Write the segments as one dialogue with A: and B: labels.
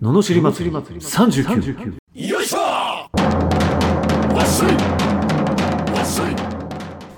A: ののしり祭り39
B: よいしょわっしょいわっしょい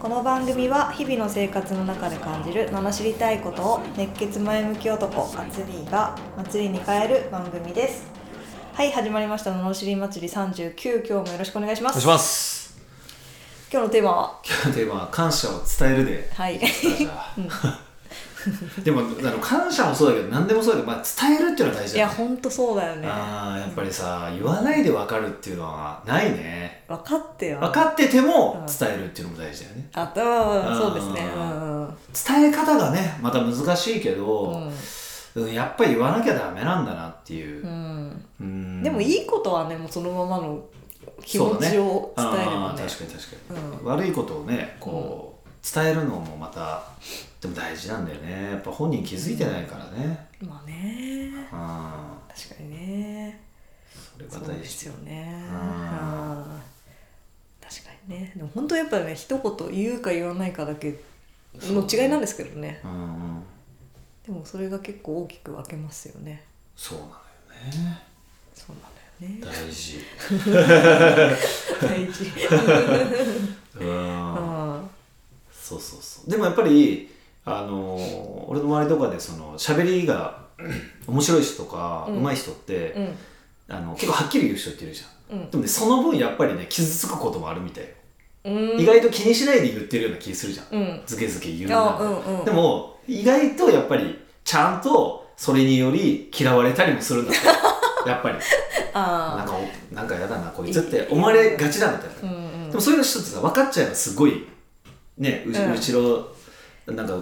C: この番組は日々の生活の中で感じる罵りたいことを熱血前向き男アツリーが祭りに変える番組ですはい始まりました罵り祭り39今日もよろしくお願いし
D: お
C: ま
D: 願
C: す
D: いし ます
C: 今日のテーマは
D: 今日のテーマは感謝を伝えるで
C: はい
D: じゃあ でもあの感謝もそうだけど何でもそうだけど、まあ、伝えるっていうのは大
C: い
D: 事だ
C: や
D: よね
C: ほんとそうだよね
D: あーやっぱりさ言わないで分かるっていうのはないね
C: 分かってよ
D: 分かってても
C: うん
D: 伝えるっていうのも大事だよね
C: あうんそうですねう
D: あー
C: んうん
D: 伝え方がねまた難しいけ
C: う
D: ど、
C: ん
D: うんやっぱり言わなきゃダメなんだなっていう
C: う、ん
D: うん
C: でも
D: い
C: いいことはねもうそのままの気持ちを伝えれば
D: 確
C: ね
D: かに確かに
C: うん
D: 悪いことをねこう、伝えるのもまたでも大事なんだよねやっぱ本人気づいてないからね
C: まあね
D: うん
C: 確かにね
D: それが
C: そう
D: 大
C: で
D: 事
C: すよね
D: うん
C: うん確かにねでも本当やっぱね一言言うか言わないかだけの違いなんですけどね
D: うんうん
C: でもそれが結構大きく分けますよね
D: そうなのよね
C: そうなんだよ
D: 大
C: ね
D: 事
C: 大事
D: うん
C: あ
D: そうそうそうでもやっぱりあのー俺の周りとかでその喋りが 面白い人とか
C: うん
D: 上手い人って、
C: ーうん
D: あの結構はっきり言う人っているじゃん、
C: うん
D: でもねその分やっぱりね傷つくこともあるみたいよ、
C: うん
D: 意外と気にしないで言ってるような気するじゃん、
C: うん
D: ずけずけ言う
C: あ
D: な、
C: うんうん
D: でも意外とやっぱりちゃんとそれにより嫌われたりもするんだって やっぱりなん
C: あ
D: かおなんかやだなこいつって思われがちだみたいな、
C: あうんうん
D: でもそういうの一つさ分かっちゃえばすごいねう,、
C: うん
D: 後ろなんか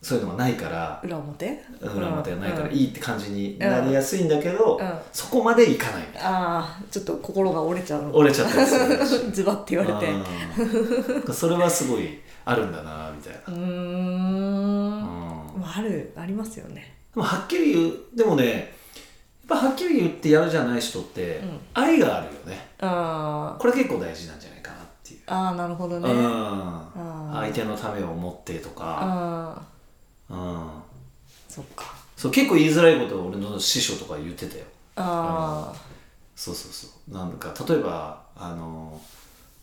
D: そういうのがないから
C: 裏表
D: 裏表がないから
C: うん
D: いいって感じになりやすいんだけど、
C: うん
D: そこまでいかない
C: ああちょっと心が折れちゃう
D: 折れちゃったりするし
C: ズバッて言われてう
D: うんそれはすごいあるんだなみたいな、
C: ー
D: うん
C: ん
D: で
C: まああるありますよね
D: もはっきり言うでもねやっぱはっきり言ってやるじゃない人って、
C: うん
D: 愛があるよね
C: あー
D: これ結構大事なんじゃないかなっていう、
C: あーなるほどね
D: うん
C: あー
D: 相手のためを思ってとか、
C: ああ
D: うん、
C: そっか
D: そう結構言いづらいことを俺の師匠とか言ってたよ
C: あ
D: そうそうそうなんか例えばあの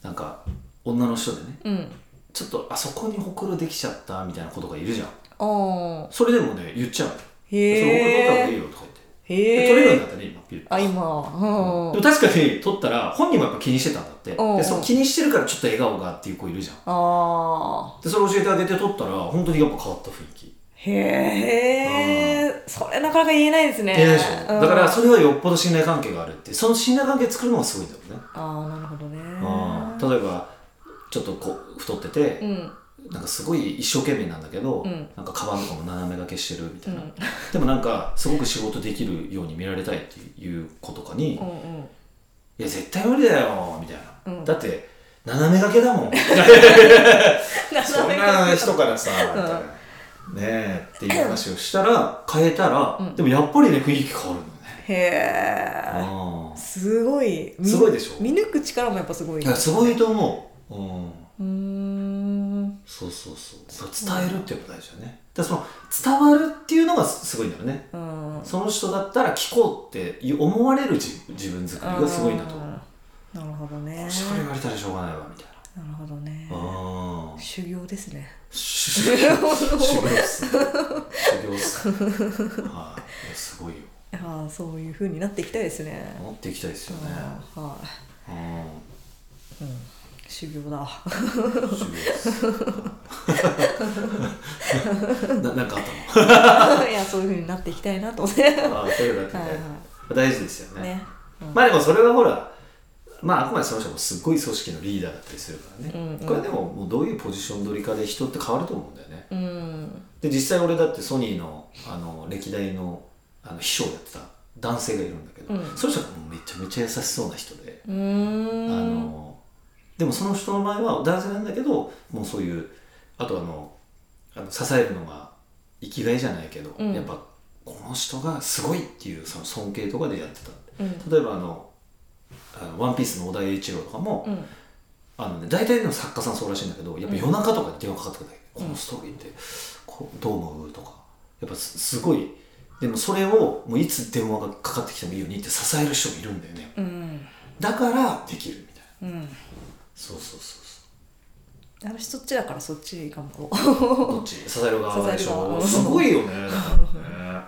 D: なんか女の人でね
C: あうん
D: ちょっとあそこにほくろできちゃったみたいなことがいるじゃん
C: ああ
D: それでもね言っちゃうのそれ俺取った方が
C: へ
D: いい
C: え
D: よとか言って、で
C: へ
D: 取れるように
C: え
D: なったね今ピュッ
C: あ今
D: で
C: うん
D: も確かに取ったら本人もやっぱ気にしてたんだって
C: うん
D: でその気にしてるからちょっと笑顔がっていう子いるじゃん
C: ああ
D: でそれ教えてあげて取ったら本当にやっぱ変わった雰囲気
C: へえそれなかなか言えないですね
D: ええでしょ
C: うん
D: だからそれはよっぽど信頼関係があるってその信頼関係作るのがすごいんだろうね
C: ああなるほどね
D: うん例えばちょっとこう太ってて、
C: うん
D: なんかすごい一生懸命なんだけど、
C: うん
D: なんかカバンとかも斜め掛けしてるみた
C: う
D: い
C: ん
D: な、でもなんかすごく仕事できるように見られたいっていう子とかに「い
C: うんうん
D: や絶対無理だよ」みたいな、
C: うん
D: だって斜め掛けだ もんそんな人からさ、みたいなねえっていう話をしたら変えたら、
C: うん
D: でもやっぱりね雰囲気変わるのね、
C: へえ
D: ああ
C: すごい見
D: すごいでしょ
C: 見抜く力もやっぱすごい
D: いやすごいと思う、うん
C: うーん
D: そうそうそうそう伝えるっていうのが大事だねだからその伝わるっていうのがすすごいんだよね
C: うん
D: その人だったら聞こうって思われる自自分作りがすごいなと
C: あーなるほどね
D: それ言われたらしょうがないわみたいな
C: なるほどね
D: ああ
C: 修行ですね
D: 修行っすね修行っすねはいいやすごいよ
C: ああそういう風になっていきたいですね
D: 持っていきたいですよね
C: ああはい
D: うん
C: 修行だ
D: 修行っすななんかあっ
C: いやそういう風になっていきたいなと思って
D: たのああ そういうのだって
C: はい
D: ね
C: は
D: 大事ですよ
C: いねうん
D: まあでもそれはほら、まああくまでその人もすっごい組織のリーダーだったりするからね、
C: うんうん
D: これでももうどういうポジション取りかで人って変わると思うんだよね
C: うん
D: で実際俺だってソニーのあの歴代のあの秘書をやってた男性がいるんだけど、
C: うん
D: その人がもうめちゃめちゃ優しそうな人で、あ
C: うーん
D: のでもその人の場合は男性なんだけどもうそういうあとあのあの支えるのが生きがいじゃないけど、
C: うん
D: やっぱこの人がすごいっていうその尊敬とかでやってた
C: うん
D: 例えばあの「あのワンピースの小田栄一郎とかも、
C: うん
D: あのね、大体の作家さんそうらしいんだけどやっぱ夜中とかに電話かかってくるんだけど、
C: うん
D: このストーリーってこうどう思うとかやっぱすすごいでもそれをもういつ電話がかかってきてもいいようにって支える人もいるんだよね
C: うん
D: だからできるみたいな
C: うん
D: そうそうそう
C: 私そっちだからそっち頑 張
D: そうどっち支える側でし
C: 支える
D: ょ
C: 側
D: すごいよねだからね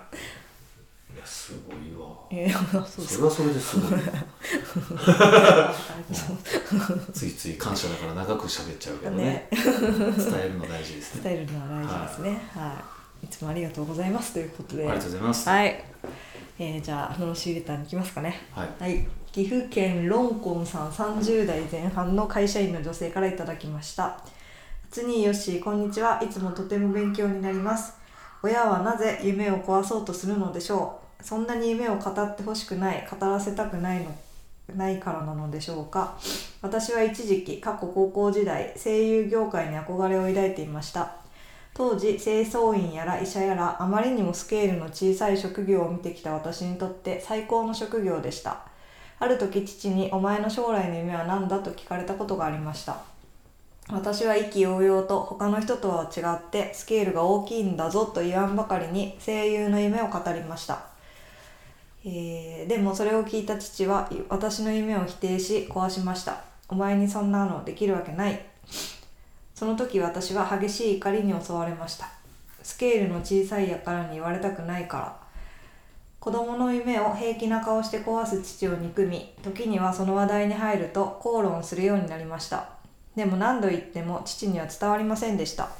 D: いやすごいわ
C: ろういやそう
D: それはそれですごいついつい感謝だから長く喋っちゃうけどね
C: ね
D: 伝えるの大事ですね
C: 伝えるのは大事ですねはい、い、つもありがとうございますということ
D: あ
C: で
D: りがとうございます
C: はい、えー、じゃあのしレターに行きますかね
D: はい
C: はい、岐阜県ロンコンさん30代前半の会社員の女性からいただきましたつによしこんにちはいつもとても勉強になります親はなぜ夢を壊そうとするのでしょうそんなに夢を語ってほしくない語らせたくないのないからなのでしょうか私は一時期過去高校時代声優業界に憧れを抱いていました当時清掃員やら医者やらあまりにもスケールの小さい職業を見てきた私にとって最高の職業でしたある時父に「お前の将来の夢は何だ?」と聞かれたことがありました私は意気揚々と他の人とは違ってスケールが大きいんだぞと言わんばかりに声優の夢を語りましたえーでもそれを聞いた父は私の夢を否定し壊しましたお前にそんなのできるわけないその時私は激しい怒りに襲われましたスケールの小さいやからに言われたくないから子供の夢を平気な顔して壊す父を憎み時にはその話題に入ると口論するようになりましたでも何度言っても父には伝わりませんでした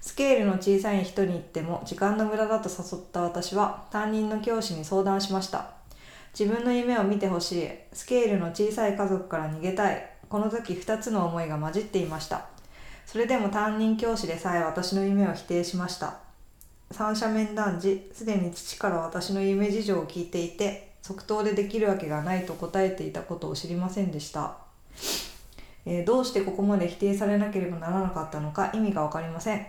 C: スケールの小さい人に言っても時間の無駄だと誘った私は担任の教師に相談しました自分の夢を見てほしいスケールの小さい家族から逃げたいこの時2つの思いが混じっていましたそれでも担任教師でさえ私の夢を否定しました三者面談時すでに父から私の夢事情を聞いていて即答でできるわけがないと答えていたことを知りませんでした、えーどうしてここまで否定されなければならなかったのか意味が分かりません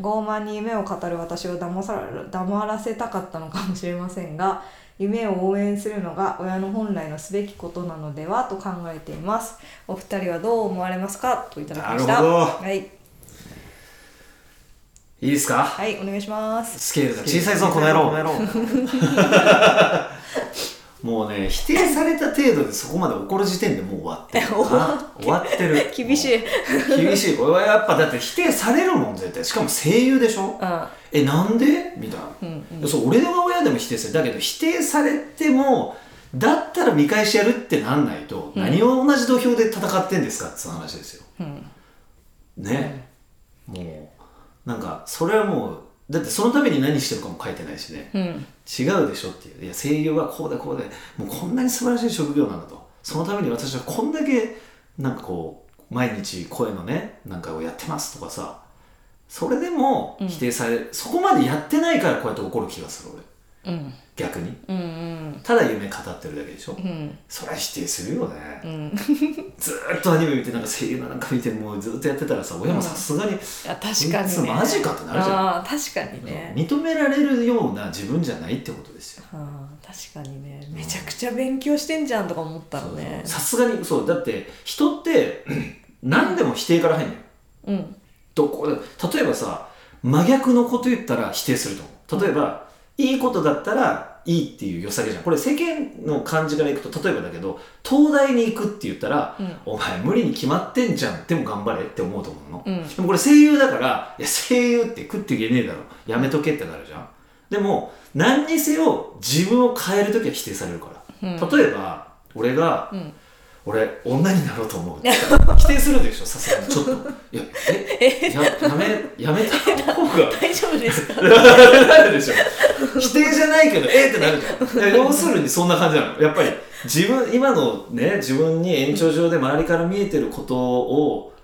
C: 傲慢に夢を語る私を騙される黙らせたかったのかもしれませんが夢を応援するのが親の本来のすべきことなのではと考えていますお二人はどう思われますかといただきました
D: なるほど
C: はい
D: いいですか
C: はい、お願いします。
D: スケールが小さいぞこの野郎 もうね否定された程度でそこまで怒る時点でもう終わってる な終わってる
C: 厳しい。 うん。
D: 厳しいこれはやっぱだって否定されるもん絶対しかも声優でしょえなんでみたいな、
C: うんうん
D: そう俺が親でも否定するだけど否定されてもだったら見返してやるってなんないと、
C: うん
D: 何を同じ土俵で戦ってんですかっていう話ですよ
C: うん。
D: ね、もうなんかそれはもうだってそのために何してるかも書いてないしね、
C: うん。
D: 違うでしょっていういや声優はこうだこうでもうこんなに素晴らしい職業なんだとそのために私はこんだけなんかこう毎日声のねなんかをやってますとかさそれでも
C: うん
D: 否定される、そこまでやってないからこうやって怒る気がする俺
C: うん。
D: 逆に
C: うん。うん。
D: ただ夢語ってるだけでしょ、
C: うん。
D: そりゃ否定するよね、
C: うん。
D: ずーっとアニメ見てなんか声優のなんか見てもうずーっとやってたらさ親もさすがに、
C: いや、確か
D: こいつ
C: に、ね。
D: マジかってなるじゃん
C: ああ、確かにね。
D: 認められるような自分じゃないってことですよ
C: ああ、確かにね。めちゃくちゃ勉強してんじゃんとか思ったのね。
D: さすがにそうだって人って うん何でも否定から入るのよ
C: うん。
D: どこ例えばさ真逆のこと言ったら否定すると思う例えば、いいことだったらいいっていう良さげじゃんこれ世間の感じからいくと例えばだけど東大に行くって言ったら、
C: うん
D: お前無理に決まってんじゃんでも頑張れって思うと思うの、
C: うん
D: でもこれ声優だからいや声優って食っていけねえだろやめとけってなるじゃんでも何にせよ自分を変える時は否定されるから、
C: うん
D: 例えば俺が、
C: うん。
D: 俺女になろうと思 う否定するでしょさすがにちょっといやえややめやめた方が
C: 大丈夫ですか
D: なるでしょ否定じゃないけどえってなるじ ゃんいや要するにそんな感じなのやっぱり自分今のね自分に延長上で周りから見えてることを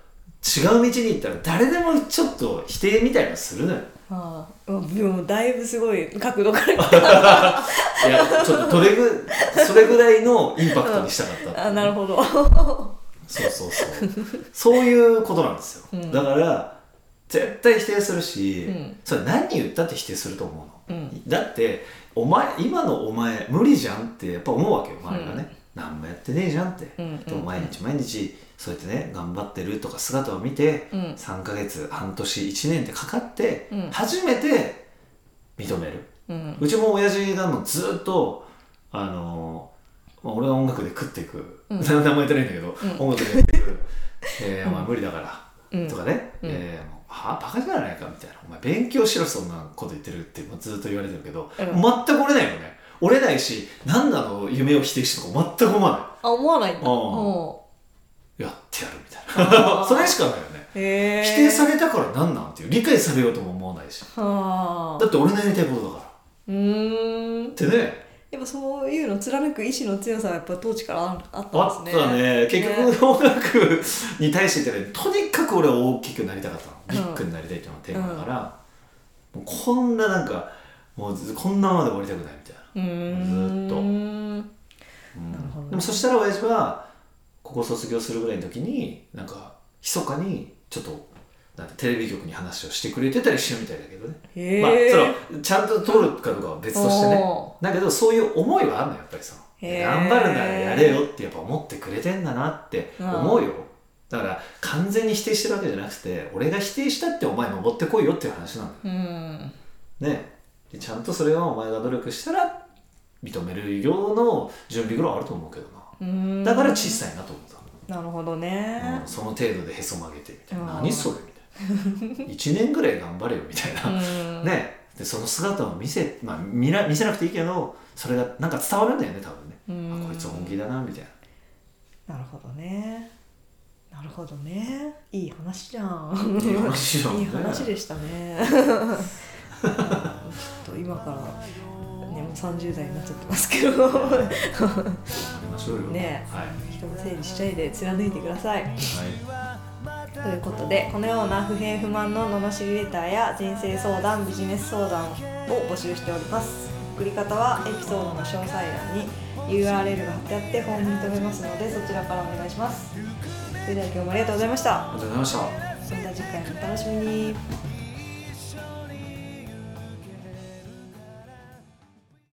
D: 違う道に行ったら誰でもちょっと否定みたいなのするのよ
C: ああ、うんでもだいぶすごい角度から 来
D: いやちょっとどれぐそれぐらいのインパクトにしたかったってい
C: た。
D: う
C: あなるほど。
D: そうそうそうそういうことなんですよ、
C: ん
D: だから絶対否定するし、
C: うん
D: それ何言ったって否定すると思うの、
C: うん
D: だってお前今のお前無理じゃんってやっぱ思うわけよ周りがね、何もやってねえじゃんって、
C: うんうんうん
D: でも毎日毎日そうやってね頑張ってるとか姿を見て、
C: うん
D: 3ヶ月半年1年ってかかって、
C: うん
D: 初めて認める
C: うん
D: うちも親父がもうずっとあのまあ俺は音楽で食っていく、
C: うん
D: 名前言ってないんだけど、
C: ん
D: 音楽で食っていくえーお前無理だから、
C: うん
D: とかね、
C: うん
D: えーもうはバカじゃないかみたいなお前勉強しろそんなこと言ってるってもうずっと言われてるけど、
C: うん
D: 全く折れないよね折れないし何なの夢を否定してとか全く思わな
C: あ思わないんだ
D: ああ
C: も
D: いやってやるみたい
C: あ
D: な
C: ー
D: それしかないよね
C: うへえ
D: 否定されたから何なんっていう理解されようとも思わないし
C: は
D: だって俺のやりたいことだから
C: うー
D: っ
C: ん
D: てね
C: やっぱそういうの貫く意志の強さはやっぱ当時からああった
D: あ
C: ん
D: っ
C: ですね
D: たね結
C: ね
D: 局音楽に対してってねとにかく俺は大きくなりたかったの、ビッグになりたいっていうのがテーマだから、もうこんななんかもうずこんなままで終わりたくないみたいな、
C: うー
D: ず
C: ん
D: っとうん
C: なるほどね
D: でもそしたら親父はここ卒業するぐらいの時になんか密かにちょっとなんかテレビ局に話をしてくれてたりしてるみたいだけどね、
C: へえ
D: まあそのちゃんと撮るかどうかは別としてね
C: お
D: だけどそういう思いはあるのよやっぱりその
C: へー
D: 頑張るならやれよってやっぱ思ってくれてんだなって思うよだから完全に否定してるわけじゃなくて俺が否定したってお前登ってこいよっていう話なんだ
C: ーうん
D: よねでちゃんとそれはお前が努力したら認めるようの準備ぐらいはあると思うけどな
C: うーん
D: だから小さいなと思った
C: なるほどね
D: うん、その程度でへそ曲げてみたい
C: うん
D: な何それみたいな1年ぐらい頑張れよみたいな
C: うん
D: ねでその姿を見せ,、まあ、見ら見せなくていいけどそれがなんか伝わるんだよね多分ね、
C: うん
D: あこいつ本気だなみたいな
C: なるほどねなるほどねいい話じゃん
D: いい話じゃんね
C: いい話でしたねちょっと今からねもう30代になっちゃってますけど
D: ありましょうよ
C: ね
D: はい、はい
C: 人のせいにしちゃいで貫いてくださいということでこのような不平不満の罵りレターや人生相談ビジネス相談を募集しております送り方はエピソードの詳細欄に URL が貼ってあってフォームに留めますのでそちらからお願いしますそれでは今日もありがとうございました
D: ありがとうございました
C: また次回もお楽しみに
D: バイ